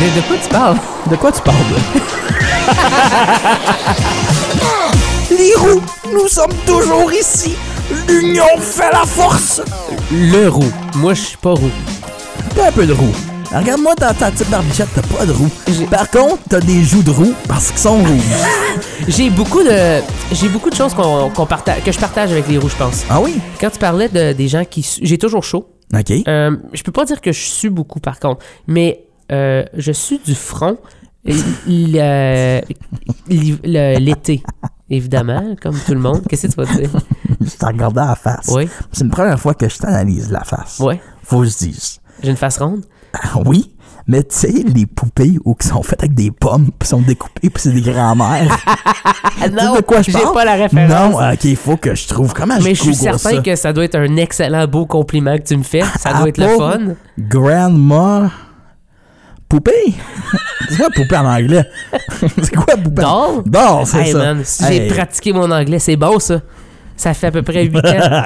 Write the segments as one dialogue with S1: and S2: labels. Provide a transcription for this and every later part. S1: De, de quoi tu parles?
S2: De quoi tu parles?
S3: Les roues, nous sommes toujours ici. L'union fait la force.
S2: Le roux. Moi, je suis pas roux.
S3: T'as un peu de roux. Regarde-moi dans ta petite barbichette, t'as pas de roux. Par contre, t'as des joues de roux parce qu'ils sont rouges.
S2: J'ai beaucoup de j'ai beaucoup de choses qu'on qu'on partage que je partage avec les roux, je pense.
S3: ah oui?
S2: Quand tu parlais de, des gens qui su- j'ai toujours chaud.
S3: OK.
S2: Euh, je peux pas dire que je sue beaucoup par contre, mais euh, je sue du front l- le- l'i- le- l'été, évidemment, comme tout le monde. Qu'est-ce que tu vas dire?
S3: Je t'en regardais à la face.
S2: Oui,
S3: C'est une première fois que je t'analyse la face.
S2: ouais.
S3: Faut que je dise.
S2: J'ai une face ronde.
S3: Ah oui, mais tu sais, les poupées ou qui sont faites avec des pommes, puis sont découpées, puis c'est des grands-mères.
S2: Ah
S3: Tu sais de quoi je
S2: j'ai
S3: parle?
S2: pas la référence.
S3: Non, ok, il faut que Ah, je trouve. Comment
S2: mais je suis
S3: google
S2: certain
S3: ça? Ah,
S2: que ça doit être un excellent beau compliment que tu me fais. Ça doit être le
S3: Apple
S2: fun.
S3: Grandma. Poupée? c'est quoi poupée en anglais? c'est quoi poupée?
S2: Doll?
S3: Doll, Oh, c'est
S2: Hey,
S3: ça.
S2: man, si j'ai
S3: Hey.
S2: pratiqué mon anglais, c'est bon ça. Ça fait à peu près 8 ans.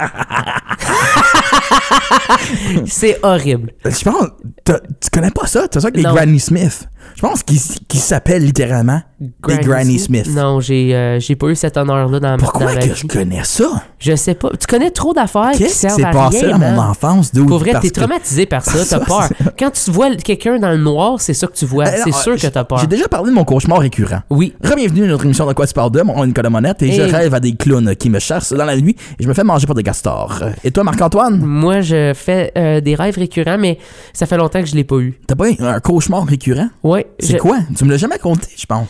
S2: c'est horrible.
S3: Je pense, t'as- tu connais pas ça? T'as ça avec les
S2: Non.
S3: Granny Smith. Je pense qu'ils qu'ils s'appellent littéralement des Granny Smith.
S2: Non, j'ai euh, j'ai pas eu cet honneur-là dans, ma-
S3: Pourquoi
S2: dans ma
S3: que
S2: vie.
S3: je connais ça?
S2: Je sais pas. Tu connais trop d'affaires qui
S3: Qu'est-ce qui
S2: servent
S3: s'est
S2: à
S3: passé
S2: rien.
S3: dans mon
S2: man.
S3: enfance, d'où
S2: Pour vrai, t'es
S3: traumatisé.
S2: traumatisé par ça,
S3: Ça,
S2: t'as peur.
S3: c'est-
S2: Quand tu vois quelqu'un dans le noir, c'est ça que tu vois.
S3: Alors,
S2: Ben, C'est sûr que
S3: j-
S2: t'as peur.
S3: J'ai déjà parlé de mon cauchemar récurrent.
S2: Oui.
S3: Bienvenue à notre émission de quoi tu parles de, mon nom est Nicolas Monette, et, je
S2: Et-
S3: rêve à des clowns qui me chassent dans la nuit et je me fais manger par des castors. Et toi, Marc-Antoine,
S2: Moi, je fais euh, des rêves récurrents, mais ça fait longtemps que je l'ai pas eu.
S3: t'as pas eu un cauchemar récurrent?
S2: Ouais.
S3: C'est
S2: je-
S3: quoi? Tu me l'as jamais conté, je pense.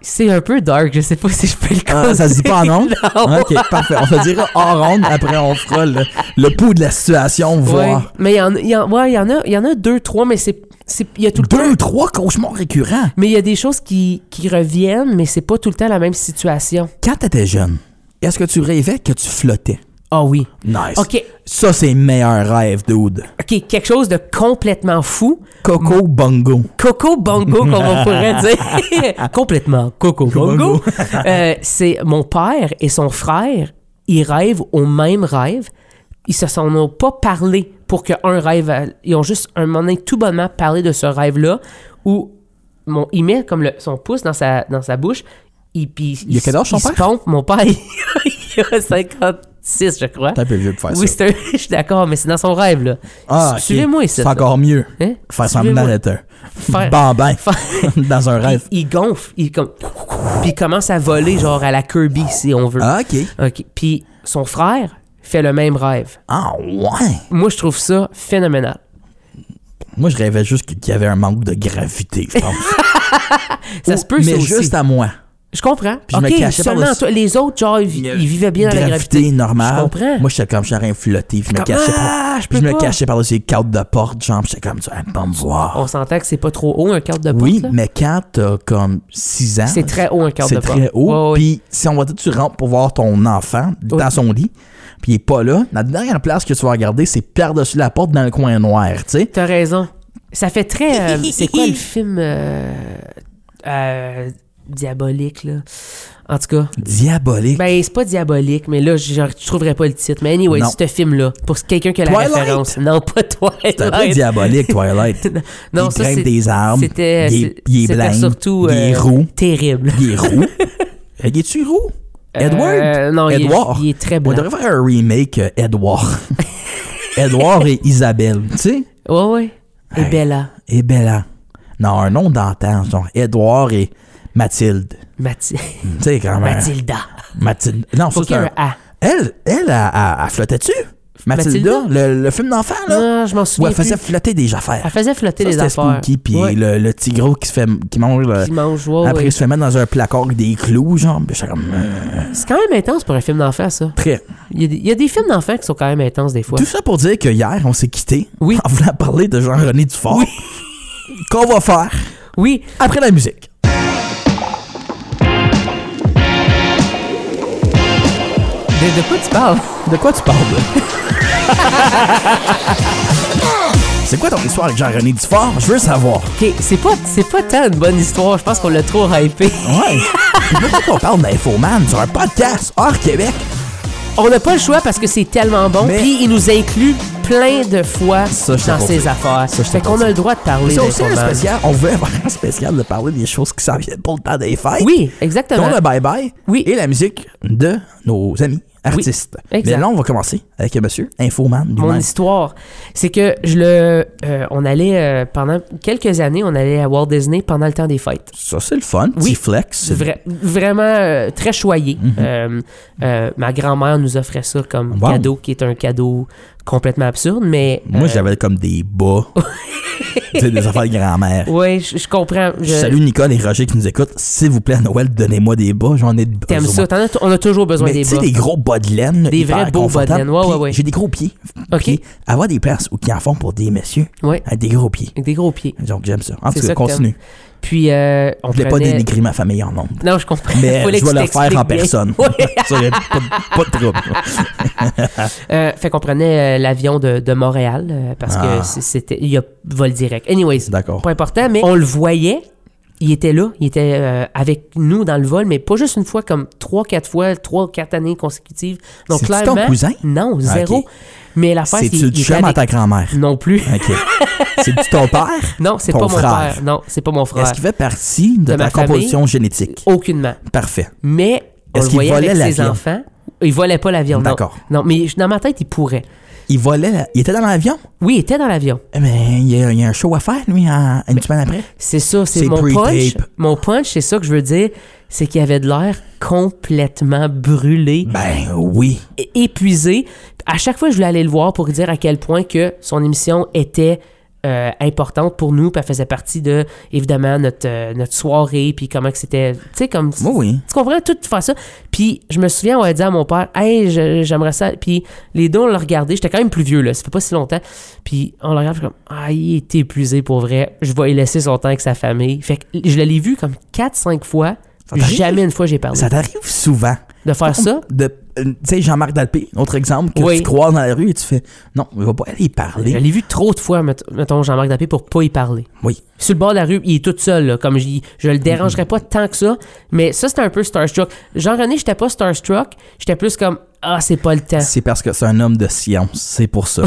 S2: C'est un peu dark, je sais pas si je peux le
S3: Ah, ça se dit pas en
S2: non?
S3: ondes? Ok, parfait. On se dira hors onde, après on fera le, le pouls de la situation,
S2: Ouais,
S3: voir.
S2: mais il y en, il y en- ouais, il y en a, il y en a deux, trois, mais c'est, c'est, il y a tout le temps.
S3: Deux, trois cauchemars récurrents.
S2: Mais il y a des choses qui, qui reviennent, mais c'est pas tout le temps la même situation.
S3: Quand t'étais jeune, est-ce que tu rêvais que tu flottais?
S2: Ah oui.
S3: Nice.
S2: Ok,
S3: Ça, c'est meilleur rêve, dude.
S2: ok, quelque chose de complètement fou.
S3: Coco
S2: Mm.
S3: Bongo.
S2: Coco Bongo, comme on pourrait dire. complètement Coco Bongo. Euh, c'est mon père et son frère, ils rêvent au même rêve. Ils se sont ont pas parlé pour qu'un rêve. à- Ils ont juste un moment donné tout bonnement parlé de ce rêve-là où mon, il met comme le, son pouce dans sa, dans sa bouche. Et puis,
S3: Il a quel âge, son
S2: se
S3: père?
S2: pompe. Mon père, il, a 56, je crois.
S3: T'es un peu vieux pour faire
S2: Oui,
S3: ça.
S2: c'est un- je suis d'accord, mais c'est dans son rêve, là.
S3: Ah,
S2: Su-
S3: ok.
S2: Suivez-moi ici.
S3: C'est
S2: là.
S3: encore mieux.
S2: Hein?
S3: Faire
S2: Suivez-moi.
S3: semblant d'être un
S2: Faire-
S3: bambin
S2: Faire-
S3: dans un rêve.
S2: Il, il gonfle, il comme puis il commence à voler genre à la Kirby si on veut.
S3: Ah, ok.
S2: OK. Puis son frère fait le même rêve.
S3: Ah, ouais.
S2: Moi je trouve ça phénoménal.
S3: Moi, je rêvais juste qu'il y avait un manque de gravité, je pense.
S2: Ça se peut
S3: Mais
S2: ça aussi.
S3: juste à moi.
S2: Je comprends.
S3: Puis je
S2: OK,
S3: me cachais
S2: seulement
S3: par-dessus.
S2: toi, les autres genre ils, vi- ils vivaient bien dans la gravité
S3: normale.
S2: Je comprends.
S3: Moi, j'étais comme, j'étais flotter, puis je me
S2: Comme,
S3: cachais
S2: ah,
S3: par...
S2: je
S3: puis
S2: peux
S3: je me
S2: pas.
S3: cachais par dessus les cartes de porte, genre, puis j'étais comme, tu vas pas me voir.
S2: on s'entend que c'est pas trop haut un quart de porte.
S3: Oui,
S2: là.
S3: mais quand t'as comme 6 ans...
S2: C'est très haut un quart de
S3: C'est
S2: porte.
S3: très haut.
S2: Ouais, ouais.
S3: Puis si on va dire, tu rentres pour voir ton enfant
S2: Oui.
S3: dans son lit, puis il est pas là, la dernière place que tu vas regarder, c'est par-dessus la porte dans le coin noir, tu sais.
S2: T'as raison. Ça fait très. euh, c'est quoi le film euh, euh, diabolique, là? En tout cas.
S3: Diabolique.
S2: Ben, c'est pas diabolique, mais là, je, je trouverais pas le titre. Mais anyway,
S3: Non.
S2: ce film-là, pour quelqu'un qui a la
S3: Twilight.
S2: référence. Non, pas Twilight.
S3: c'est un peu diabolique, Twilight.
S2: non,
S3: il
S2: ça,
S3: traîne
S2: c'est-
S3: des arbres,
S2: C'était.
S3: il est-
S2: c'est-
S3: il est
S2: c'était
S3: blanc,
S2: surtout.
S3: il est
S2: euh,
S3: roux.
S2: Terrible.
S3: il est roux. Euh, Il est-tu roux? Edward?
S2: Euh, non, il est-
S3: Edward.
S2: il est très blanc.
S3: On devrait faire un remake euh, Edward. Edward et Isabelle, tu sais?
S2: Ouais, ouais. Et
S3: Hey.
S2: Bella.
S3: Et Bella. Non, un nom d'antan, genre Edward et Mathilde.
S2: Mathi-
S3: Tu sais, quand même.
S2: Mathilda.
S3: Mathilde. Non, ça,
S2: Faut
S3: c'est
S2: qu'il y ait
S3: un...
S2: un A.
S3: Elle, elle, elle, elle- elle flottait-tu? Mathilda, le, le film d'enfant, là?
S2: Non, je m'en
S3: Où
S2: souviens.
S3: elle faisait
S2: plus.
S3: flotter des affaires.
S2: Elle faisait flotter
S3: Ça,
S2: les
S3: c'était
S2: affaires.
S3: spooky, puis
S2: Ouais.
S3: le, le tigreau qui se fait, qui mange, le-
S2: Qui mange, ouais,
S3: après
S2: ouais.
S3: il se fait mettre dans un placard avec des clous, genre, puis j'étais comme, euh,
S2: C'est quand même intense pour un film d'enfant, ça.
S3: très.
S2: Il y, a des, il y a des films d'enfants qui sont quand même intenses des fois.
S3: Tout ça pour dire que hier, on s'est quitté
S2: Oui.
S3: en voulant parler de Jean-René Dufort. Qu'on va faire
S2: Oui,
S3: après la musique.
S1: De, de quoi tu parles?
S3: De quoi tu parles? C'est quoi ton histoire avec Jean-René Dufort? Je veux savoir.
S2: ok, c'est pas, c'est pas tant une bonne histoire. Je pense qu'on l'a trop hypé.
S3: Ouais. Pourquoi qu'on parle d'Infoman sur un podcast hors Québec?
S2: On n'a pas le choix parce que c'est tellement bon.
S3: Mais-
S2: Puis il nous inclut plein de fois
S3: Ça, je te
S2: dans
S3: confirme.
S2: ces affaires.
S3: Ça, je te
S2: fait qu'on a
S3: confirme.
S2: le droit de parler
S3: C'est aussi un
S2: d'incroyable.
S3: spécial. On voulait avoir un spécial de parler des choses qui s'en viennent pour le temps des fêtes.
S2: Oui, exactement.
S3: Dont le bye-bye
S2: Oui.
S3: et la musique de nos amis artistes.
S2: exact.
S3: Mais là, on va commencer avec un monsieur, Infoman,
S2: Mon
S3: lui-même.
S2: histoire, c'est que je le, euh, on allait euh, pendant quelques années, on allait à Walt Disney pendant le temps des fêtes.
S3: Ça, c'est le fun.
S2: Oui.
S3: Petit flex.
S2: C'est vra- vraiment euh, très choyé. Euh, euh, ma grand-mère nous offrait ça comme
S3: Mhm. Wow.
S2: cadeau, qui est un cadeau complètement absurde, mais euh,
S3: Moi, j'avais comme des bas. Tu sais, des affaires de grand-mère.
S2: oui, je je comprends.
S3: Je...
S2: Je-
S3: salue Nicole et Roger qui nous écoutent. S'il vous plaît, à Noël, donnez-moi des bas. J'en ai de besoin.
S2: T'aimes ça? T'en as t- on a toujours besoin
S3: Mais
S2: des
S3: tu sais,
S2: bas.
S3: des gros bas de laine.
S2: Des
S3: hyper
S2: vrais beaux bas de laine.
S3: confortables.
S2: Ouais, ouais,
S3: Puis
S2: ouais.
S3: J'ai des gros pieds.
S2: Ok.
S3: Puis avoir des places où qui en font pour des messieurs.
S2: Ouais,
S3: avec Des gros pieds.
S2: avec des gros pieds.
S3: Donc, j'aime ça. En
S2: C'est
S3: tout
S2: ça
S3: cas,
S2: que t'aimes.
S3: continue.
S2: Puis euh, on
S3: Je voulais pas
S2: prenait-
S3: dénigrer ma famille en nombre.
S2: Non, je comprends.
S3: Mais
S2: Fallait
S3: je
S2: que
S3: vais le
S2: tu
S3: faire en
S2: t'expliques bien.
S3: personne. ça, y a pas, de- pas de trouble.
S2: Euh, fait qu'on prenait euh, l'avion de, de Montréal euh, parce
S3: Ah.
S2: que c- c'était il y a vol direct. Anyways,
S3: D'accord.
S2: pas important, mais on le voyait. Il était là, il était euh, avec nous dans le vol, mais pas juste une fois, comme trois, quatre fois, trois, quatre années consécutives. Donc
S3: C'est-tu ton
S2: clairement,
S3: cousin?
S2: non,
S3: Ah,
S2: zéro.
S3: ok.
S2: Mais l'affaire, c'est
S3: C'est-tu
S2: qu'il
S3: du
S2: était
S3: chum à
S2: avec-
S3: ta grand-mère?
S2: non plus.
S3: OK. C'est-tu ton père?
S2: Non, c'est
S3: Ton
S2: pas mon
S3: frère.
S2: frère. Non, c'est pas mon frère.
S3: Est-ce qu'il fait partie de,
S2: De ma
S3: ta composition génétique?
S2: Aucunement.
S3: Parfait.
S2: Mais on
S3: Est-ce
S2: le
S3: qu'il
S2: voyait avec
S3: volait
S2: ses
S3: l'avion?
S2: enfants. Il volait pas l'avion. non.
S3: D'accord.
S2: Non, mais dans ma tête, il pourrait.
S3: Il volait. la- Il était dans l'avion?
S2: Oui, il était dans l'avion.
S3: Eh, Mais il y, a- il y a un show à faire, lui, en-
S2: Ben,
S3: une semaine après.
S2: C'est ça, c'est
S3: C'est
S2: mon punch.
S3: pre-tape.
S2: Mon punch, c'est ça que je veux dire, c'est qu'il avait de l'air complètement brûlé,
S3: Ben oui.
S2: é- épuisé. À chaque fois, je voulais aller le voir pour dire à quel point que son émission était euh, importante pour nous, puis elle faisait partie de, évidemment, notre, euh, notre soirée, puis comment que c'était, tu sais, comme...
S3: Oui, oui.
S2: Tu comprends tout faire ça? Puis je me souviens, on a dit à mon père, hey, je- j'aimerais ça. Puis les deux, on l'a regardé. J'étais quand même plus vieux, là. Ça fait pas si longtemps. Puis on le regarde, je suis comme, ah, il est épuisé pour vrai. Je vais lui laisser son temps avec sa famille. Fait que je l'ai vu comme 4-5 fois.
S3: Ça t'arrive?
S2: Jamais une fois j'ai parlé.
S3: Ça t'arrive souvent.
S2: De faire ça?
S3: De, euh, tu sais, Jean-Marc Dalpé, autre exemple, que
S2: Oui.
S3: tu croises dans la rue et tu fais Non, il va pas aller y
S2: Je
S3: parler.
S2: l'ai vu trop de fois, mett- mettons, Jean-Marc Dapé, pour pas y parler.
S3: Oui.
S2: Sur le bord de la rue, il est tout seul, là, comme je dis. Je le dérangerais pas tant que ça, mais ça, c'était un peu Starstruck. Jean-René, j'étais pas Starstruck, j'étais plus comme, ah, c'est pas le temps.
S3: C'est parce que c'est un homme de science. C'est pour ça.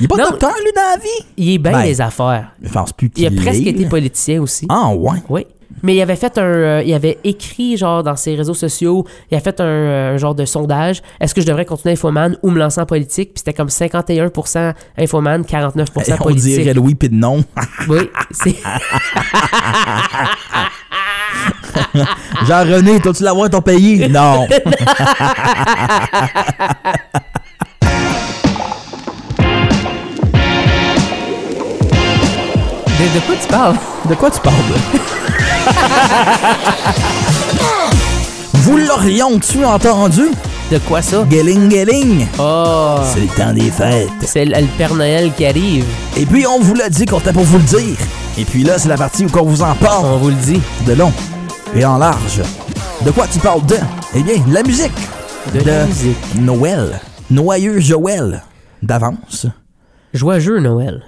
S3: il est pas
S2: Non.
S3: docteur, lui, dans la vie.
S2: Il est bien
S3: Ben,
S2: les affaires.
S3: Je pense plus qu'il
S2: Il a presque
S3: l'est,
S2: été
S3: là.
S2: politicien aussi.
S3: Ah, ouais.
S2: Oui. Mais il avait fait un. euh, il avait écrit, genre, dans ses réseaux sociaux, il a fait un, euh, un genre de sondage. Est-ce que je devrais continuer Infoman ou me lancer en politique? Puis c'était comme 51% Infoman, 49%
S3: Et Eh, on
S2: politique.
S3: dirait oui puis non.
S2: Oui, c'est.
S3: Jean-René, dois-tu l'avoir ton pays? Non.
S1: De, de quoi tu parles?
S3: De quoi tu parles? Vous l'aurions-tu entendu?
S2: De quoi ça?
S3: Gelling, gelling.
S2: Oh!
S3: C'est le temps des fêtes.
S2: C'est le le Père Noël qui arrive.
S3: Et puis, on vous l'a dit qu'on était pour vous le dire. Et puis là, c'est la partie où qu'on vous en
S2: On
S3: parle
S2: vous le dit.
S3: de long et en large. De quoi tu parles de? Eh bien, de la musique.
S2: De la musique.
S3: Noël. Noyeux Joël. D'avance.
S2: Joie jeu, Noël.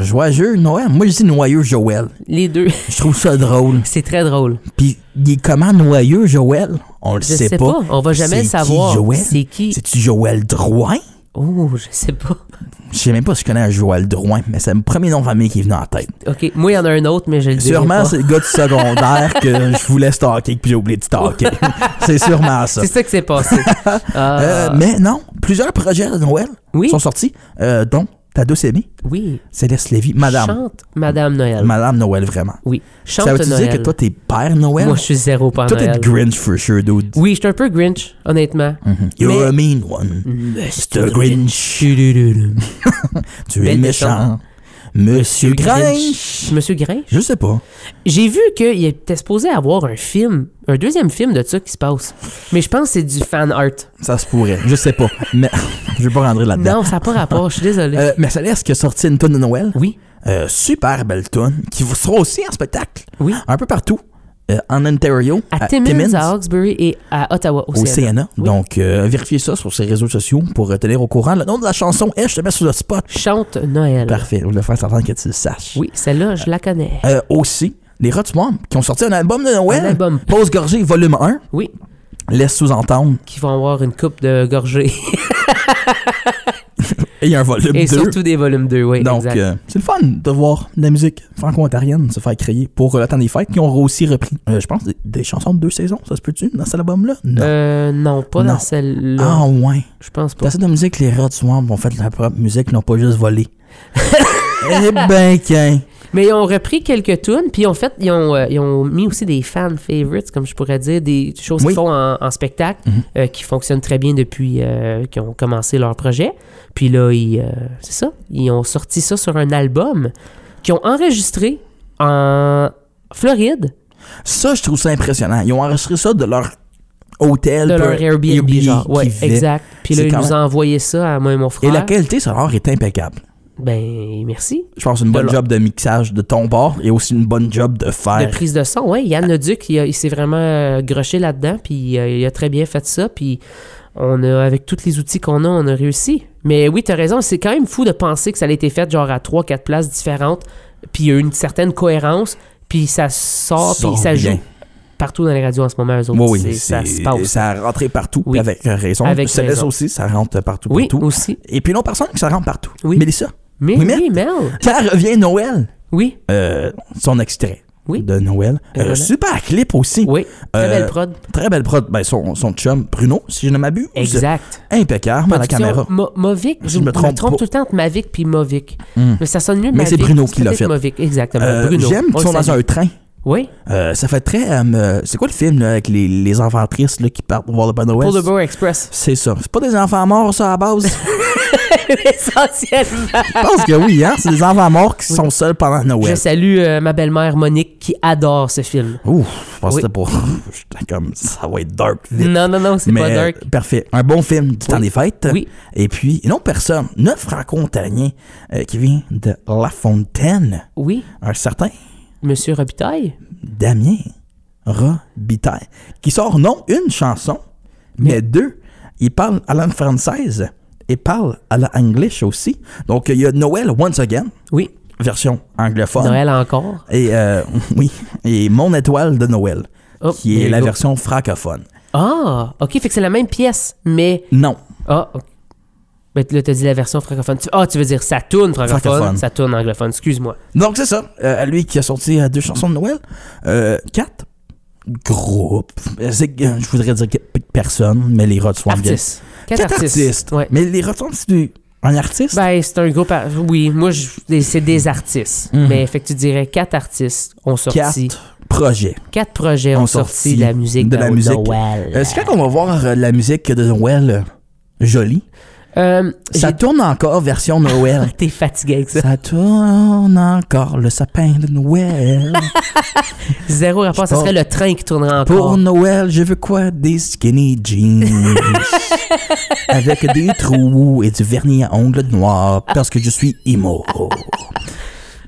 S3: Joyeux Noël. Moi, je dis noyeux Joël.
S2: Les deux.
S3: Je trouve ça drôle.
S2: c'est très drôle.
S3: Puis il est comment noyeux, Joël? On le
S2: Je
S3: sait
S2: sais
S3: pas.
S2: pas. On va
S3: C'est
S2: jamais le savoir.
S3: Qui, Joël?
S2: C'est qui?
S3: C'est-tu Joël Drouin?
S2: Oh, je sais pas.
S3: Je sais même pas si je connais un Joël Drouin, mais c'est le premier nom de famille qui est venu en tête.
S2: OK. Moi, il y en a un autre, mais je le dis.
S3: Sûrement, c'est le gars du secondaire que je voulais stalker puis j'ai oublié de stalker. c'est sûrement ça.
S2: C'est ça qui s'est passé. Ah,
S3: Euh, mais non, plusieurs projets de Noël
S2: Oui.
S3: sont sortis, euh, dont ta douce aimée,
S2: oui.
S3: Céleste Lévy, Madame.
S2: Chante Madame Noël.
S3: Madame Noël, vraiment.
S2: oui. Chante
S3: ça veut
S2: Noël.
S3: dire que toi, t'es Père Noël?
S2: Moi, je suis zéro Père
S3: toi, t'es
S2: Noël.
S3: le Grinch for sure, dude.
S2: Oui, je suis un peu Grinch, honnêtement.
S3: You're
S2: Mais-
S3: a mean one, Mr. Grinch. Tu es
S2: Belle
S3: méchant. Monsieur Grinch.
S2: Monsieur Grinch.
S3: Je sais pas.
S2: J'ai vu qu'il était supposé avoir un film, un deuxième film de ça qui se passe. Mais je pense que c'est du fan art.
S3: Ça se pourrait. Je sais pas. Mais je vais pas rentrer là-dedans.
S2: Non, ça n'a pas rapport, je suis désolé.
S3: Euh, mais Céleste qui a sorti une tonne de Noël.
S2: oui.
S3: Euh, super belle tonne. Qui vous sera aussi en spectacle.
S2: Oui.
S3: Un peu partout. Euh, en Ontario.
S2: À, Timmins, à Hawkesbury et à Ottawa
S3: Au
S2: aussi.
S3: CNA.
S2: Oui.
S3: Donc, euh, vérifiez ça sur ses réseaux sociaux pour euh, tenir au courant. Le nom de la chanson est Je te mets sur le spot.
S2: Chante Noël.
S3: Parfait. Je voulais faire s'entendre que tu le saches.
S2: Oui, celle-là, je la connais.
S3: Euh, aussi, les Rotumums qui ont sorti un album de Noël.
S2: Un album.
S3: Pause Gorgée, volume 1.
S2: Oui,
S3: Laisse sous-entendre
S2: qui vont avoir une coupe de gorgée.
S3: Et il y a un volume
S2: Et
S3: 2.
S2: surtout des volumes 2, oui.
S3: Donc,
S2: exact.
S3: euh, c'est le fun de voir de la musique franco-ontarienne se faire créer pour euh, le temps des fêtes qui ont aussi repris, euh, je pense, des, des chansons de deux saisons. Ça se peut-tu dans cet album-là? Non.
S2: Euh, non, pas
S3: Non.
S2: dans celle-là.
S3: ah, ouais.
S2: Je pense pas.
S3: T'as assez de musique, les Rats du Wamp ont fait leur propre musique, ils n'ont pas juste volé. Eh ben, qu'un.
S2: Mais ils ont repris quelques tunes, puis ils ont fait, ils ont, euh, ils ont mis aussi des fan favorites, comme je pourrais dire, des choses
S3: Oui. Mhm.
S2: qu'ils font en, en spectacle, euh, qui fonctionnent très bien depuis euh, qu'ils ont commencé leur projet. Puis là, ils, euh, c'est ça, ils ont sorti ça sur un album qu'ils ont enregistré en Floride,
S3: Ça, je trouve ça impressionnant. Ils ont enregistré ça de leur hôtel.
S2: de
S3: peu-
S2: leur Airbnb, genre.
S3: qu'ils
S2: Ouais,
S3: vivaient.
S2: exact. Puis là,
S3: C'est
S2: ils
S3: quand
S2: nous ont envoyé ça à moi et mon frère.
S3: Et la qualité sonore est impeccable.
S2: Ben, merci.
S3: Je pense une
S2: De
S3: bonne
S2: leur-
S3: job de mixage de ton bord et aussi une bonne job de
S2: de
S3: faire.
S2: prise de son. Oui,
S3: Ah.
S2: Yann Leduc, il, a- il s'est vraiment euh, groché là-dedans, puis euh, il a très bien fait ça, puis on a, avec tous les outils qu'on a, on a réussi. Mais oui, t'as raison, c'est quand même fou de penser que ça a été fait genre à trois, quatre places différentes, puis il y a eu une certaine cohérence, puis ça sort,
S3: Sort
S2: puis ça
S3: bien.
S2: joue partout dans les radios en ce moment, eux autres.
S3: Oui, oui,
S2: c'est- ça
S3: c'est-
S2: se passe.
S3: Ça a rentré partout
S2: Oui.
S3: avec raison.
S2: Avec
S3: Je te laisse
S2: raison.
S3: aussi, ça rentre partout,
S2: Oui,
S3: partout.
S2: aussi.
S3: Et puis non, personne que ça rentre partout.
S2: Oui.
S3: Mélissa,
S2: Mais
S3: Oui, mais-
S2: oui, Mel.
S3: ça revient Noël.
S2: Oui,
S3: Euh, son extrait
S2: Oui.
S3: de Noël. Euh,
S2: Voilà.
S3: Super clip aussi.
S2: oui. Très
S3: Euh,
S2: belle prod.
S3: Très belle prod. Ben, son, son chum, Bruno, si je ne m'abuse.
S2: Exact.
S3: Impeccable à la caméra.
S2: Mo- Movic, je, me trompe,
S3: pas.
S2: tout le temps entre Mavic puis Movic.
S3: Hmm.
S2: Mais ça sonne mieux
S3: Mais c'est
S2: Mavic,
S3: Bruno qui l'a
S2: peut-être
S3: fait.
S2: Movic, exactement.
S3: Euh,
S2: Bruno. Oh,
S3: J'aime
S2: on
S3: qu'ils sont
S2: le
S3: dans
S2: salue.
S3: un train.
S2: Oui,
S3: Euh, ça fait très. euh, euh, c'est quoi le film là, avec les, les enfants tristes là, qui partent voir le Père Noël?
S2: pour The Bow Express.
S3: C'est ça. C'est pas des enfants morts, ça, à la base?
S2: Essentiellement.
S3: Je pense que oui, hein? C'est des enfants morts qui
S2: Oui.
S3: sont seuls pendant
S2: Je
S3: Noël.
S2: salue euh, ma belle-mère Monique qui adore ce film.
S3: Ouf, je pensais
S2: Oui.
S3: que pour. J'étais comme. Ça va être dark vite.
S2: Non, non, non, c'est
S3: Mais
S2: pas dark.
S3: euh, parfait. Un bon film du temps des fêtes.
S2: Oui.
S3: Et puis, une autre personne, neuf franco-ontarien euh, qui vient de La Fontaine,
S2: Oui,
S3: un certain
S2: Monsieur Robitaille.
S3: Damien Robitaille, qui sort non une chanson, mais, deux. Il parle à la française et parle à la English aussi. Donc, il y a Noël Once Again,
S2: Oui,
S3: version anglophone.
S2: Noël encore.
S3: Et euh, oui, et Mon étoile de Noël,
S2: Oh,
S3: qui
S2: there
S3: est
S2: you
S3: la
S2: go.
S3: version francophone.
S2: Ah, ok, fait que c'est la même pièce, mais.
S3: Non,
S2: Ah, ok. Ben, là, t'as dit la version francophone. Tu- Ah, tu veux dire ça tourne francophone,
S3: Francophone.
S2: ça tourne anglophone, excuse-moi.
S3: Donc c'est ça, euh, lui qui a sorti euh, deux chansons de Noël, euh, quatre groupes, Euh, c'est- euh, je voudrais dire quatre personnes, mais les Rod Swamp Gang.
S2: Artiste. Quatre, artistes. Ouais.
S3: mais les Rod Swamp, c'est du- un artiste.
S2: Ben, c'est un groupe. à- Oui, moi, je- des- c'est des artistes.
S3: Mhm.
S2: Mais fait que tu dirais quatre artistes ont
S3: quatre
S2: sorti. Quatre,
S3: projets.
S2: projets
S3: ont
S2: ont
S3: sorti
S2: sorti de la musique
S3: de
S2: de
S3: la musique.
S2: Noël.
S3: Euh, c'est quand qu'on va voir euh, la musique de Noël euh, jolie.
S2: Euh,
S3: Ça
S2: j'ai-
S3: tourne encore version Noël.
S2: T'es fatigué avec ça.
S3: ça tourne encore le sapin de Noël.
S2: Zéro rapport,
S3: Je
S2: ça
S3: pense-
S2: serait le train qui tournerait encore.
S3: Pour Noël, je veux quoi? Des skinny jeans. avec des trous et du vernis à ongles noirs parce que je suis emo.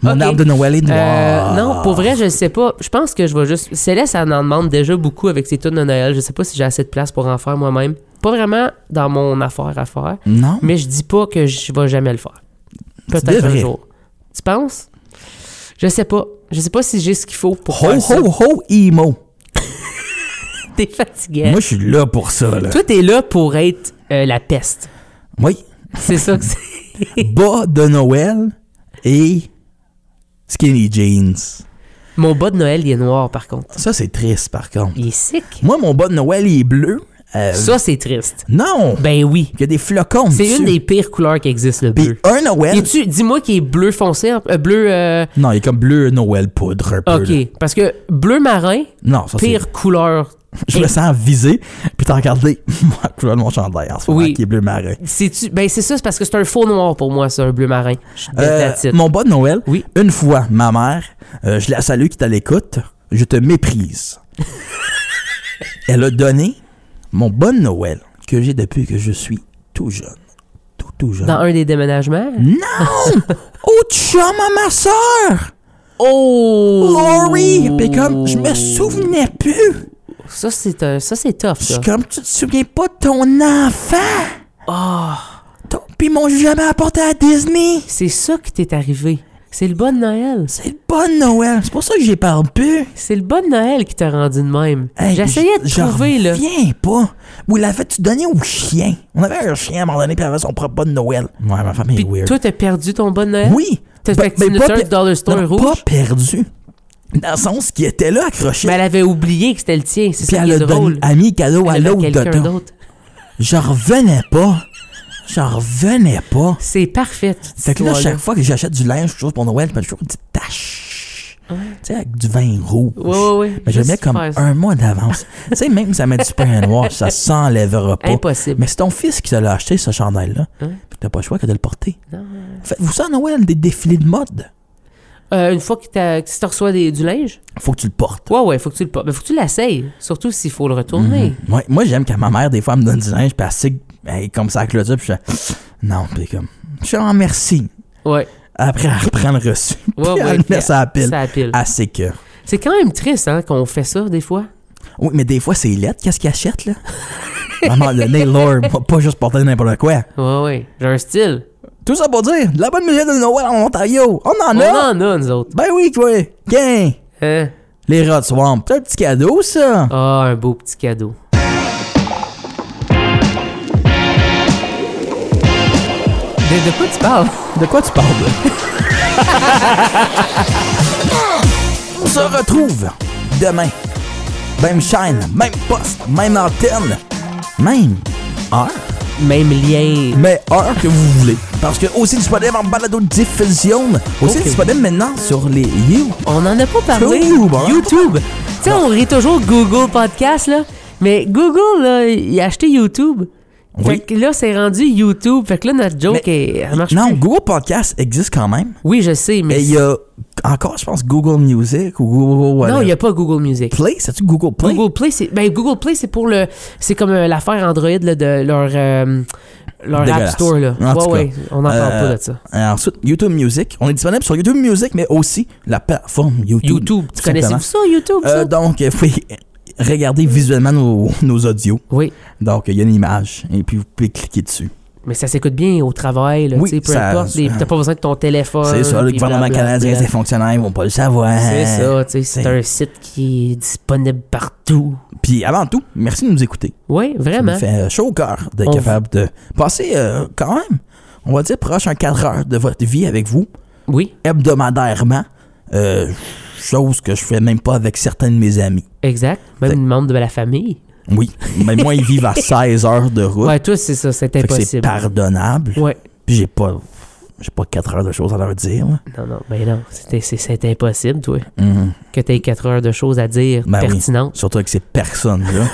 S3: Mon
S2: Ok.
S3: arbre de Noël est
S2: Euh,
S3: noir.
S2: non, pour vrai, je sais pas. Je pense que je vais juste. Céleste, elle en demande déjà beaucoup avec ses tunes de Noël. Je sais pas si j'ai assez de place pour en faire moi-même. Pas vraiment dans mon affaire à faire.
S3: Non?
S2: Mais je dis pas que je vais jamais le faire. Peut-être un
S3: devrais.
S2: jour. Tu penses? Je sais pas. Je sais pas si j'ai ce qu'il faut pour
S3: Ho,
S2: faire ça.
S3: ho, ho, emo.
S2: T'es fatigué.
S3: Moi, je suis là pour ça, là.
S2: Toi, t'es là pour être euh, la peste.
S3: Oui.
S2: C'est ça que c'est.
S3: Bas de Noël et skinny jeans.
S2: Mon bas de Noël, il est noir, par contre.
S3: Ça, c'est triste, par contre.
S2: Il est sick.
S3: Moi, mon bas de Noël, il est bleu. Euh,
S2: Ça, c'est triste.
S3: Non!
S2: Ben oui.
S3: Il y a des flocons
S2: C'est
S3: dessus.
S2: une des pires couleurs qui existent, le
S3: Puis
S2: bleu.
S3: un Noël...
S2: tu dis-moi qu'il est bleu foncé, hein, euh, bleu... euh,
S3: Non, il est comme bleu Noël poudre un peu. là.
S2: OK. Parce que bleu marin,
S3: Non, ça c'est.
S2: pire couleur.
S3: Je me sens visé, puis t'as regardé ma couleur de mon chandail en ce moment,
S2: Oui.
S3: qui est bleu marin.
S2: C'est-tu... Ben c'est ça, c'est parce que c'est un faux noir pour moi, ça, un bleu marin. Je suis
S3: Euh,
S2: that's it.
S3: mon bon Noël,
S2: Oui.
S3: une fois, ma mère, euh, je la salue qui est à l'écoute, je te méprise. Elle a donné mon bon Noël que j'ai depuis que je suis tout jeune. Tout, tout jeune.
S2: Dans un des déménagements?
S3: Non! Au chum à ma soeur!
S2: Oh!
S3: Lori! Puis comme, je me souvenais plus!
S2: Ça, c'est, un- ça, c'est tough,
S3: Je
S2: ça.
S3: suis comme, tu te souviens pas de ton enfant?
S2: Ah!
S3: Ton- Puis ils m'ont jamais apporté à Disney.
S2: C'est ça qui t'est arrivé. C'est le bon Noël.
S3: C'est le bon Noël. C'est pour ça que j'y parle plus.
S2: C'est le bon Noël qui t'a rendu de même.
S3: Hey,
S2: J'essayais de
S3: j- j'en
S2: trouver, là.
S3: reviens pas. Vous l'avez-tu donné au chien? On avait un chien à un moment donné, puis il avait son propre bon Noël. Ouais, ma femme est
S2: Puis
S3: weird.
S2: toi, t'as perdu ton bon Noël?
S3: oui.
S2: T'as
S3: Ben-
S2: fait que
S3: ben pas
S2: tu notais
S3: per-
S2: le Dollar Store
S3: non,
S2: rouge?
S3: Pas perdu. Dans le sens qu'il était là, accroché.
S2: Mais elle avait oublié que c'était le tien. C'est
S3: puis
S2: ça qui
S3: elle
S2: est
S3: a
S2: drôle.
S3: donné, a mis le cadeau à
S2: Elle avait
S3: l'autre
S2: quelqu'un
S3: dedans.
S2: d'autre.
S3: J'en revenais pas. J'en revenais pas.
S2: C'est parfait. cette
S3: Fait que là,
S2: histoire-là.
S3: chaque fois que j'achète du linge, quelque chose pour Noël, je fais toujours une petite tache. Tu sais, avec du vin rouge.
S2: Ouais, ouais, ouais.
S3: Mais j'aime bien
S2: Juste
S3: comme
S2: faire ça.
S3: un mois d'avance. tu sais, même si ça met du pain noir, ça s'enlèvera pas.
S2: Impossible.
S3: Mais c'est ton fils qui te l'a acheté, ce chandail-là. Puis t'as pas le choix que de le porter. Faites-vous ça à Noël, des défilés de mode.
S2: Euh, une fois que, t'as- que si tu reçois des- du linge,
S3: Faut que tu le portes.
S2: ouais, ouais, faut que tu le portes. Mais faut que tu l'essayes. Surtout s'il faut le retourner.
S3: Mm. Ouais, moi, j'aime quand ma mère, des fois, elle me donne du linge, puis elle sait que- elle est comme ça, avec le puis je fais Non, puis comme. Je suis en merci.
S2: Ouais.
S3: Après, elle reprend le reçu. puis
S2: Ouais, ouais,
S3: elle
S2: puis
S3: met ça à la Mhm. pile. Ah.
S2: ça à la pile.
S3: Elle sait que.
S2: C'est quand même triste hein, qu'on fait ça des fois.
S3: Oui, mais des fois, c'est lettre, qu'est-ce qu'ils achètent, là? À un moment donné, Laure, va pas juste porter n'importe quoi.
S2: Ouais, ouais. J'ai un style.
S3: Tout ça pour dire, de la bonne musique de Noël en Ontario, on en
S2: On
S3: a!
S2: en a, nous autres.
S3: Ben oui, quoi! Tiens!
S2: Hein?
S3: Les Rod Swamp, c'est un petit cadeau, ça!
S2: Ah, un beau petit cadeau.
S1: De, de quoi tu parles?
S3: De quoi tu parles? on se retrouve demain. Même chaîne, même poste, même antenne, même heure,
S2: Même lien.
S3: mais heure que vous voulez. Parce que aussi disponible en balado diffusion, aussi
S2: Ok.
S3: disponible maintenant sur les You.
S2: On n'en a pas parlé.
S3: YouTube, hein?
S2: YouTube. Tu sais, on rit toujours Google Podcast, là. Mais Google, là, il a acheté YouTube.
S3: Oui.
S2: Fait que là, c'est rendu YouTube. Fait que là, notre joke, est- elle marche
S3: non,
S2: plus.
S3: Google Podcast existe quand même.
S2: Oui, je sais, mais...
S3: Et il y a encore, je pense, Google Music ou Google
S2: Non,
S3: euh,
S2: il n'y a pas Google Music.
S3: Play. C'est-tu Google Play?
S2: Google Play, c'est ben, Google Play, c'est pour le, c'est comme euh, l'affaire Android là, de leur euh, leur App
S3: Dégueulasse.
S2: Store là.
S3: En tout
S2: ouais,
S3: cas,
S2: ouais, on n'en parle
S3: euh,
S2: pas de ça.
S3: Euh, ensuite, YouTube Music. On est disponible sur YouTube Music, mais aussi la plateforme YouTube.
S2: YouTube, tu
S3: tout
S2: connaissais
S3: simplement.
S2: vous ça YouTube ça?
S3: Euh, donc, il faut regarder visuellement nos, nos audios.
S2: Oui,
S3: Donc, il y a une image et puis vous pouvez cliquer dessus.
S2: mais ça s'écoute bien au travail là,
S3: Oui,
S2: tu sais, peu
S3: ça-
S2: importe, les- t'as pas besoin de ton téléphone.
S3: C'est ça, le
S2: puis
S3: gouvernement
S2: blablabla.
S3: canadien, ses fonctionnaires, ils vont pas le savoir.
S2: C'est ça, tu sais, c'est
S3: C'est-
S2: un site qui est disponible partout.
S3: Puis avant tout, merci de nous écouter.
S2: Oui,
S3: Ça
S2: vraiment.
S3: me fait euh, chaud au cœur d'être
S2: On-
S3: capable de passer euh, quand même, on va dire, proche un 4 heures de votre vie avec vous,
S2: Oui,
S3: hebdomadairement. Euh, chose que je fais même pas avec certains de mes amis.
S2: exact. Même
S3: Fait-
S2: une membre de la famille.
S3: Oui, mais moi, ils vivent à 16 heures de route.
S2: Ouais, toi c'est ça, c'est
S3: Fait que c'est
S2: impossible.
S3: pardonnable.
S2: Ouais.
S3: Puis j'ai pas, j'ai pas 4 heures de choses à leur dire. là.
S2: Non, non, ben non, c'était- c'est c'est impossible, toi.
S3: Mhm.
S2: que tu aies 4 heures de choses à dire
S3: Ben oui.
S2: pertinentes.
S3: Surtout avec ces personnes-là.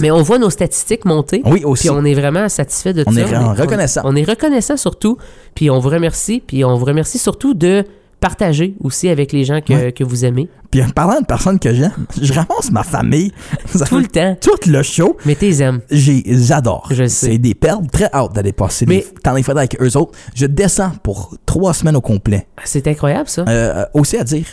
S2: Mais on voit nos statistiques monter.
S3: Oui, aussi.
S2: Puis on est vraiment satisfait de
S3: On
S2: ça.
S3: est vraiment
S2: On
S3: reconnaissant.
S2: On, est reconnaissant surtout. Puis on vous remercie. Puis on vous remercie surtout de partager aussi avec les gens que,
S3: Ouais.
S2: que vous aimez.
S3: Puis en parlant de personnes que j'aime, je ramasse ma famille. Ça
S2: Tout
S3: fait
S2: le temps.
S3: Tout le show.
S2: Mais t'es aimes.
S3: J'ai- J'adore.
S2: Je le sais.
S3: C'est des perles très hâte d'aller passer
S2: Mais-
S3: des, dans les fêtes avec eux autres. Je descends pour trois semaines au complet.
S2: C'est incroyable, ça.
S3: Euh, euh, aussi à dire,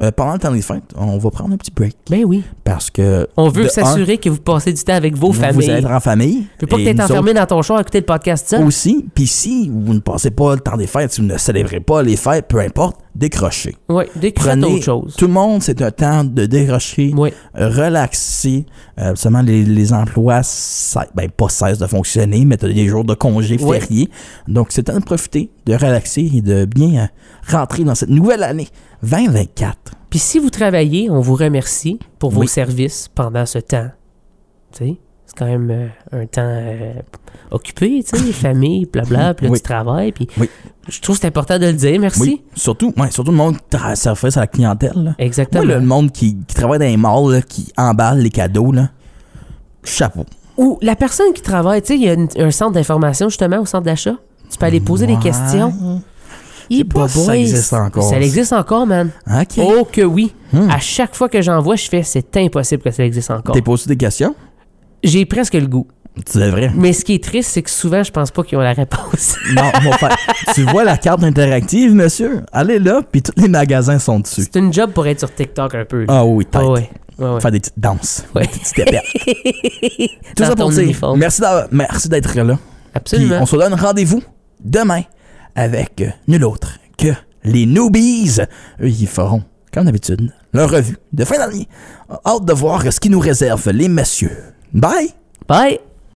S3: euh, pendant le temps des fêtes, on va prendre un petit break
S2: Ben oui.
S3: parce que.
S2: On veut
S3: de
S2: s'assurer que vous passez du temps avec vos
S3: un, Vous
S2: familles.
S3: allez être en famille.
S2: Je veux pas que
S3: et
S2: t'aies
S3: nous
S2: enfermé dans ton char à écouter le podcast
S3: autres
S2: ça.
S3: Aussi, puis si vous ne passez pas le temps des fêtes, si vous ne célébrez pas les faites, peu importe, décrochez.
S2: Oui, dès que tu fais
S3: Prenez
S2: autre chose.
S3: Tout le monde, c'est un temps de décrocher,
S2: Oui.
S3: euh, relaxer. Euh, seulement les, les emplois, ça- ben, pas cessent de fonctionner, mais tu as des jours de congés
S2: Ouais.
S3: fériés. Donc, c'est temps de profiter, de relaxer et de bien euh, rentrer dans cette nouvelle année 2024.
S2: Puis si vous travaillez, on vous remercie pour vos
S3: Oui.
S2: services pendant ce temps. Tu sais, c'est quand même euh, un temps euh, occupé, tu sais, famille, blabla, puis là,
S3: Oui.
S2: tu travailles. Puis
S3: Oui.
S2: je trouve que c'est important de le dire, merci.
S3: Oui, surtout, ouais, surtout le monde qui tra- service à la clientèle. là.
S2: Exactement.
S3: Moi, le monde qui, qui travaille dans les malls, là, qui emballe les cadeaux, là, chapeau.
S2: Ou la personne qui travaille, tu sais, il y a une- un centre d'information justement au centre d'achat. Tu peux aller poser des
S3: Ouais.
S2: questions. Il est
S3: pas si ça
S2: vrai,
S3: existe
S2: c'est-
S3: encore,
S2: Ça
S3: ça.
S2: existe encore, man.
S3: OK.
S2: Oh que oui.
S3: Hmm.
S2: À chaque fois que j'en vois, je fais c'est impossible que ça existe encore.
S3: T'es posé des questions?
S2: J'ai presque le goût.
S3: C'est vrai.
S2: Mais ce qui est triste, c'est que souvent, je pense pas qu'ils ont la réponse.
S3: Non, mon frère. tu vois la carte interactive, monsieur? Allez là, puis tous les magasins sont dessus.
S2: C'est une job pour être sur TikTok un peu. là.
S3: Ah oui, tête.
S2: Ah ouais. Ouais, ouais.
S3: Faire des petites danses.
S2: Ouais.
S3: Des petites épettes. Tout
S2: Dans
S3: ça pour
S2: ton
S3: dire,
S2: uniforme.
S3: merci d'avoir- merci d'être là. Puis
S2: Absolument.
S3: on se donne rendez-vous demain avec euh, nul autre que les newbies, eux, ils feront, comme d'habitude, leur revue de fin d'année. Hâte de voir ce qui nous réserve, les messieurs. Bye!
S2: Bye!